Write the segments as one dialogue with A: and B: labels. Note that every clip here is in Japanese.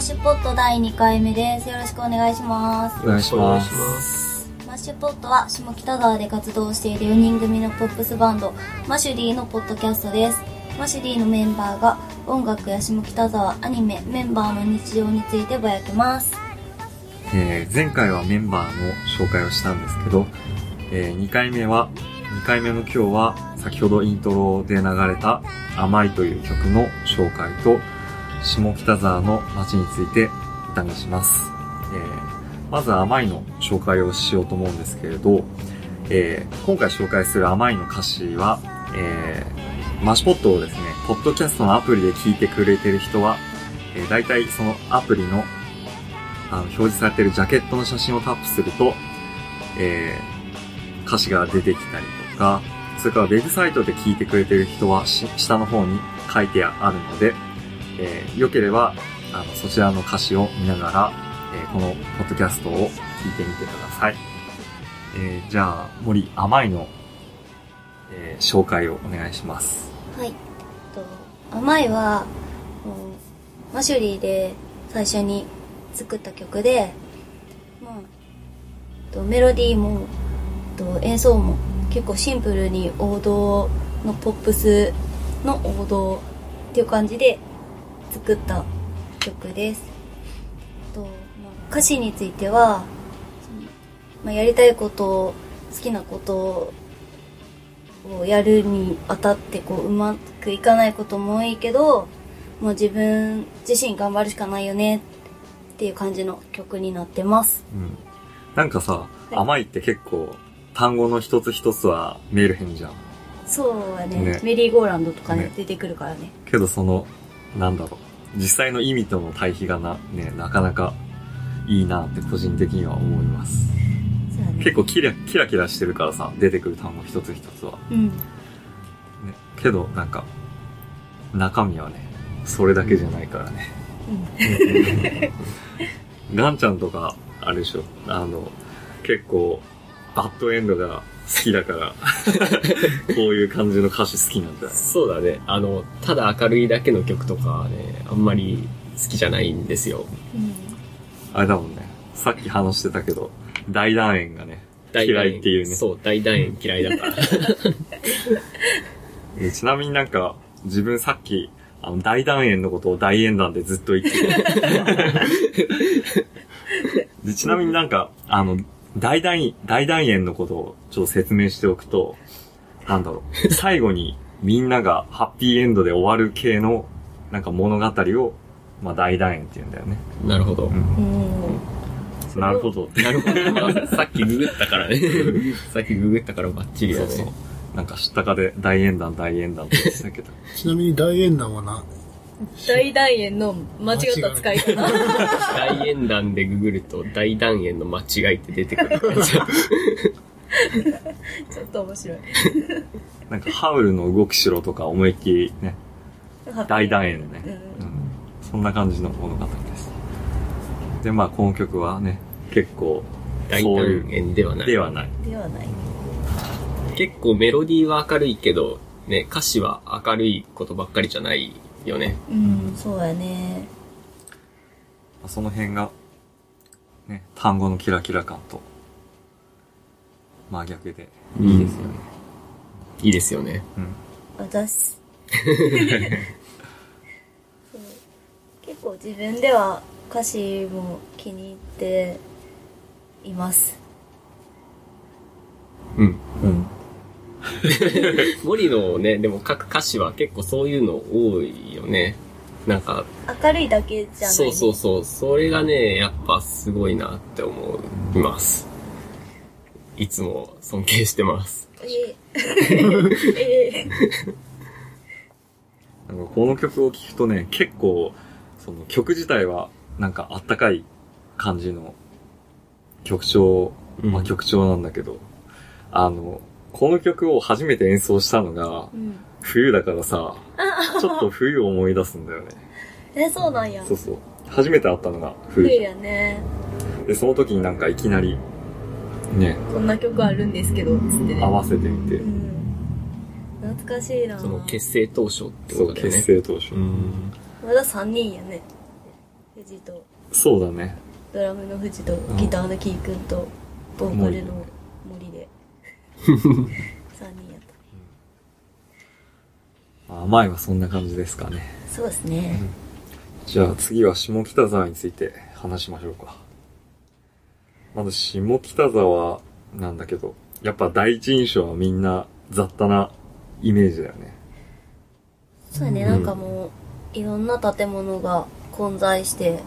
A: 第2回目です。よろしくお願いします。
B: お願いします
A: マッシュポットは下北沢で活動している4人組のポップスバンドマシュリーのポッドキャストですマシュリーのメンバーが音楽や下北沢アニメメンバーの日常についてぼやきます
B: えー前回はメンバーの紹介をしたんですけど、え2回目は、2回目の今日は、先ほどイントロで流れた甘いという曲の紹介と、下北沢の街について歌にします。えーまず甘いの紹介をしようと思うんですけれど、えー今回紹介する甘いの歌詞は、えーマシュポットをですね、ポッドキャストのアプリで聞いてくれてる人は、えー、大体そのアプリのあの表示されてるジャケットの写真をタップすると、えー歌詞が出てきたりとか、それからウェブサイトで聞いてくれてる人はし下の方に書いてあるので、えーよければあのそちらの歌詞を見ながら、えーこのポッドキャストを聞いてみてください。えーじゃあ、森甘いの、えー紹介をお願いします。
A: はいと甘いはもうマシュリーで最初に作った曲で、まあ、とメロディーもと演奏も結構シンプルに王道のポップスの王道っていう感じで作った曲ですと、まあ、歌詞については、そのまあ、やりたいこと好きなことをやるにあたってこううまくいかないことも多いけどもう自分自身頑張るしかないよねっていう感じの曲になってます
B: うん。なんかさ、
A: い
B: 甘いって結構単語の一つ一つは見えるへんじゃん。
A: そうはね
B: ね
A: メリーゴーランドとかね
B: ね
A: 出てくるからね
B: けどその、なんだろう。実際の意味との対比がな、ね、なかなかいいなって個人的には思います。
A: そうだね
B: 結構キラキラキラしてるからさ、出てくる単語一つ一つは。
A: うん
B: ね、けどなんか、中身はね、それだけじゃないからね。ガンちゃんとか、あれでしょ、あの、結構、バッドエンドが好きだ から、こういう感じの歌詞好きなんじゃない
C: そうだね。あの、ただ明るいだけの曲とかはね、あんまり好きじゃないんですよ。
A: うん
B: あれだもんね。さっき話してたけど、大団円がね、
C: 大団
B: 嫌
C: 円
B: いっていうね。
C: そう、大団円嫌いだ から。
B: でちなみになんか、自分さっき、あの、大団円のことを大円団でずっと言ってる。でちなみになんか、あの、大団円、大団円のことをちょっと説明しておくと、なんだろう、最後にみんながハッピーエンドで終わる系の、なんか物語を、まあ、大団円って言うんだよね。
C: なるほど。
A: うん
B: なるほど。
C: なるほど。まあ さっきググったからね。 さっきググったからバッチリだ
B: そう
C: ね。
B: そう。なんか知ったかで大円団、大円団って言ってたけど。
D: ちなみに大円談はな、
A: 大団円の間違った使 い方
C: 大円団でググると大団円の間違いって出てく るから。
A: ちょっと面白い
B: なんかハウルの動きしろとか思いっきりね、大団円でね、
A: う
B: うんそんな感じの物語ですでまあこの曲はね結構
C: 大
B: そう
C: 団
B: いう
C: 円ではない。
B: ではない
A: ではない
C: 結構メロディーは明るいけど、ね、歌詞は明るいことばっかりじゃないよね。
A: うんそうやね
B: その辺が、ね、単語のキラキラ感と真逆でいいですよね、
C: いいですよね。
B: うん
A: 私そう結構自分では歌詞も気に入っています
C: うん。
B: うん
C: 森のね、でも書く歌詞は結構そういうの多いよね。なんか、
A: 明るいだけじゃない
C: そうそううそう、それがね、やっぱすごいなって思います。いつも尊敬してます。
A: えええ
B: なんかこの曲を聴くとね結構その曲自体はなんかあったかい感じの曲調まあ、曲調なんだけど、あの、この曲を初めて演奏したのが
A: え、うん、
B: 冬だからさ、ちょっと冬を思い出すんだよね。
A: えそうなんや
B: そうそう。初めて会ったのが冬
A: 冬
B: じゃ
A: やね
B: ん。で、その時になんかいきなり、ね、
A: こんな曲あるんですけどつってね
B: 合わせてみて
A: う、ん懐かしいな
C: その結成当初って
B: そ
C: こ
B: う、
C: とだよね。
B: 結成当初。
C: うん。
A: まだ3人やね藤と
B: そうだね。
A: ドラムの藤と
B: ん
A: ギターのキー君とボーカルの森 で3人やっ
B: 甘いはそんな感じですかね。
A: たそうですね
B: じゃあ次は下北沢について話しましょうか。まず下北沢なんだけど、やっぱ第一印象はみんな雑多なイメージだよね。
A: そうやね
B: うん
A: なんかもういろんな建物が混在して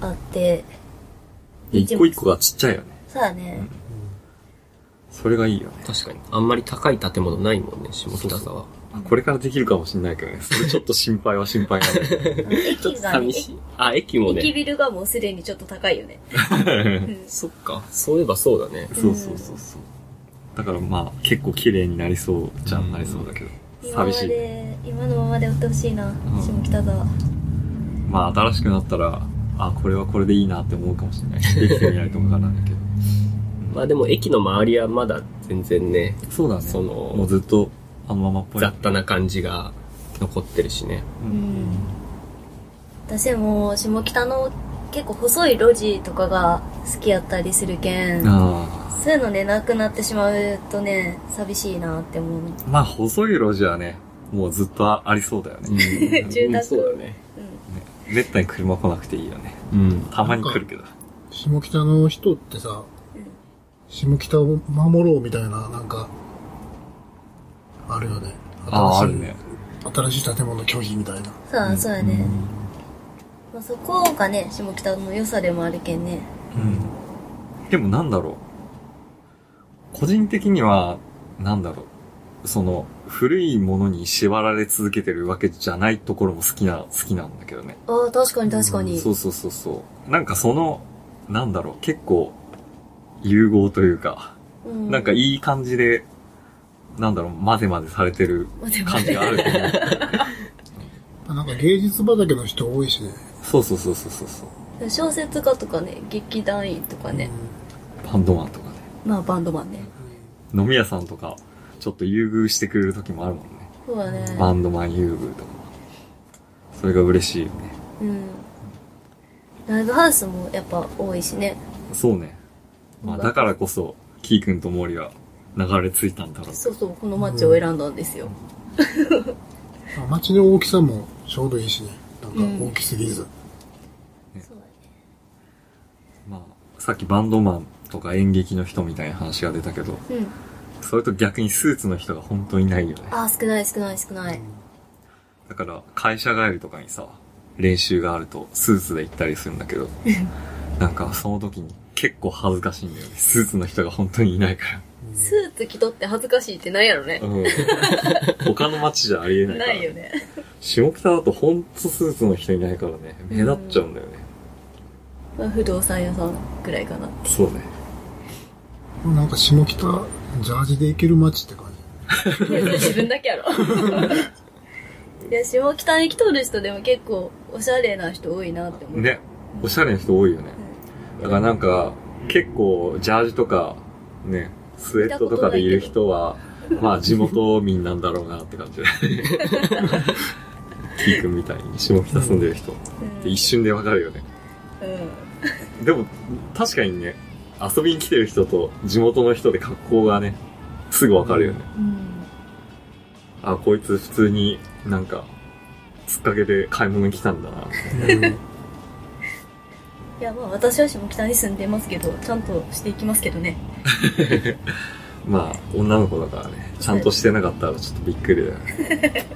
A: あって
B: で一個一個がちっちゃいよね。
A: そうやね
B: それがいいよね。
C: 確かに。あんまり高い建物ないもんね、下北沢。
B: そうそうあこれからできるかもしんないけどね。それちょっと心配は心配なんだけ
A: うん 駅がね
C: 寂しい。あ、駅も
A: 駅
C: ね。
A: ビルがもうすでにちょっと高いよね
B: ど
A: うん
C: そっか。そういえばそうだね。
B: そうそうそうそう。 だからまあ結構綺麗になりそうじゃんなりそうだけど。
A: 今ま
B: 寂しい。
A: で今のままでおってほしいな下北沢
B: まあ新しくなったら、あ、これはこれでいいなって思うかもしれない。できてみないとわからないけど。
C: まあでも駅の周りはまだ全然ね、
B: そうだね。
C: その
B: もうずっとあのままっぽい。
C: 雑多な感じが残ってるしね。
B: う。
A: うんん私も下北の結構細い路地とかが好きやったりするけん
B: あ
A: そういうのねなくなってしまうとね寂しいなって思う
B: あ。まあ細い路地はね、もうずっとありそうだよね。
C: うん
A: 住宅
C: そうだね。
B: めったに車来なくていいよね。
C: うん。
B: たまに来るけど。
D: 下北の人ってさ、下北を守ろうみたいな、なんか、あるよね。
B: ああ、あ
D: 新し
B: る
D: い
B: ね。
D: 新しい建物拒否みたいな。
A: さあそうやね、まあ、そこがね下北の良さでもあるけんね
B: うん。でもなんだろう。個人的には、なんだろう。その、古いものに縛られ続けてるわけじゃないところも好きな、好きなんだけどね。
A: ああ確かに確かに、
B: そうそうそうそう。なんかその、なんだろう、結構、融合というか、
A: うん
B: なんかいい感じで、なんだろう、混ぜ混ぜされてる
A: 待って
B: 感
A: 待っ
B: じ
A: て
B: があると思う。
D: なんか芸術畑の人多いしね。
B: そうそうそうそうそうそう。
A: 小説家とかね劇団員とかね、
B: パンドマンとかね。
A: まあバンドマンね
B: 飲み屋さんとか、ちょっと優遇してくれる時もあるもんね。
A: そうだね
B: バンドマン優遇とか。それが嬉しいよね。
A: うんライブハウスもやっぱ多いしね
B: そうね。まあだからこそ、キー君とモーリは流れ着いたんだろう。
A: そうそうこのマッチを選んだんですよ、
D: うん街の大きさもちょうどいいしね。なんか大きすぎず。
A: そうだね
B: まあ、さっきバンドマンとか演劇の人みたいな話が出たけど、
A: うん。
B: それと逆にスーツの人が本当にいないよね。
A: あー、少ない少ない少ない。
B: だから、会社帰りとかにさ、練習があると、スーツで行ったりするんだけど、なんか、その時に結構恥ずかしいんだよね。スーツの人が本当にいないか
A: スーツ着とって恥ずかしいってないやろね
B: ら。。うん。他の街じゃありえないから。
A: ないよね。
B: 下北だとほんとスーツの人いないからね、目立っちゃうんだよね。
A: まあ、不動産屋さんくらいかな。
B: そうね。
D: なんか下北、ジャージで行ける街って感
A: 自分だけ やろ。いや、下北に来とる人でも結構おしゃれな人多いなって思う。
B: ね、おしゃれな人多いよね。だからなんか、結構、ジャージとか、ね、スウェットとかでいる人は、まあ、地元民なんだろうなって 感じだよね。キー君みたいに下北住んでる人って一瞬でわかるよね。
A: うん。うん。
B: でも、確かにね、遊びに来てる人と地元の人で格好がね、すぐわかるよね。
A: うん。
B: あ、こいつ普通になんか、つっかけで買い物に来たんだな。
D: じ。うん
A: いや、まあ私は下北に住んでますけど、ちゃんとしていきますけどね。
B: まあ、女の子だからね、ちゃんとしてなかったらちょっとびっくりだよね。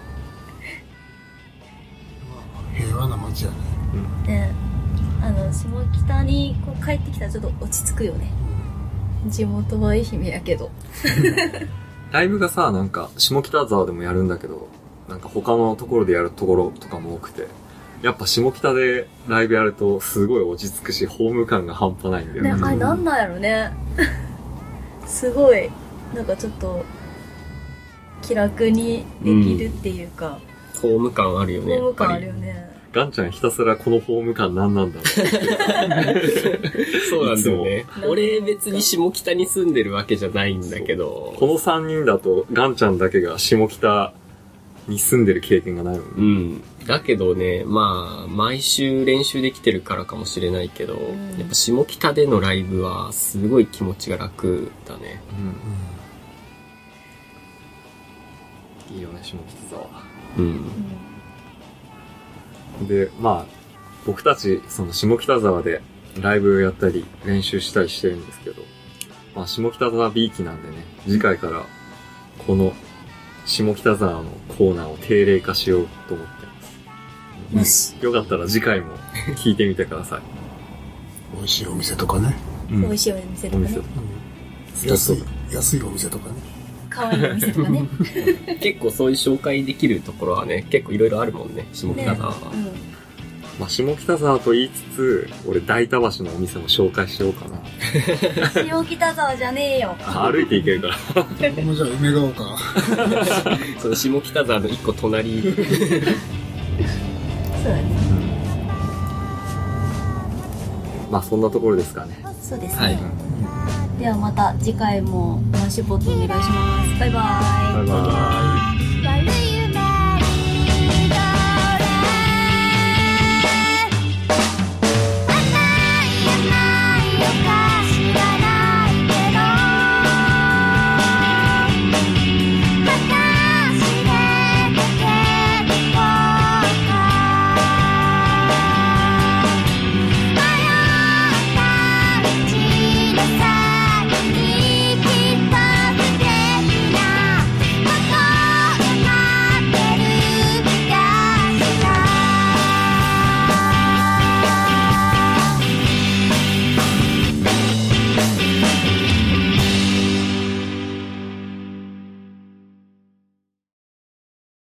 D: 平和な街やね。
A: ね。あの、下北にこう帰ってきたらちょっと落ち着くよね。地元は愛媛やけど。
B: ライブがさ、なんか、下北沢でもやるんだけど、なんか他のところでやるところとかも多くて、やっぱ下北でライブやるとすごい落ち着くし、ホーム感が半端ないんだよ
A: ね、
B: ね。
A: あれなんなんやろね すごいなんかちょっと気楽にできるっていうか、
C: ホーム感あるよね。
A: ホーム感あ
C: や
A: る
C: っ
A: よね
B: ガンちゃんひたすらこのホーム感なんなんだろう。
C: ぱりそうなんだよね
A: いつ。も
C: 俺別に下北に住んでるわけじゃないんだけど。
B: この3人だと、ガンちゃんだけが下北に住んでる経験がないもんね。
C: うん。だけどね、まあ、毎週練習できてるからかもしれないけど、
A: ん
C: やっぱ下北でのライブはすごい気持ちが楽だね。
B: うん。いいよね、下北沢は。
C: うん。
B: で、まあ、僕たち、その下北沢でライブをやったり、練習したりしてるんですけど、まあ、下北沢 B 期なんでね、次回から、この、下北沢のコーナーを定例化しようと思って
A: うんよし、
B: よかったら次回も聞いてみてください。
D: 美味しいお店とかね。
B: うん
A: 美味しいお店と
B: お
A: か
B: 店
A: ね。
D: うん安い、安いお店と かね。
A: 可愛いお店とかね。
C: 結構そういう紹介できるところはね、結構いろいろあるもんね、下北
A: ね
C: 沢は。
B: まあ、下北沢と言いつつ、俺、大田橋のお店も紹介しようかな。
A: うん。下北沢じゃねえよ。
B: あ歩いていけるから。
D: 僕もじゃあ梅ヶ丘。
C: その下北沢の一個隣。
A: そうだね。
B: まあ、そんなところですかね。
A: そうですね。
C: はい
A: ではまた次回もマッシュポットお願いします。バイバイ。
B: バイバイ。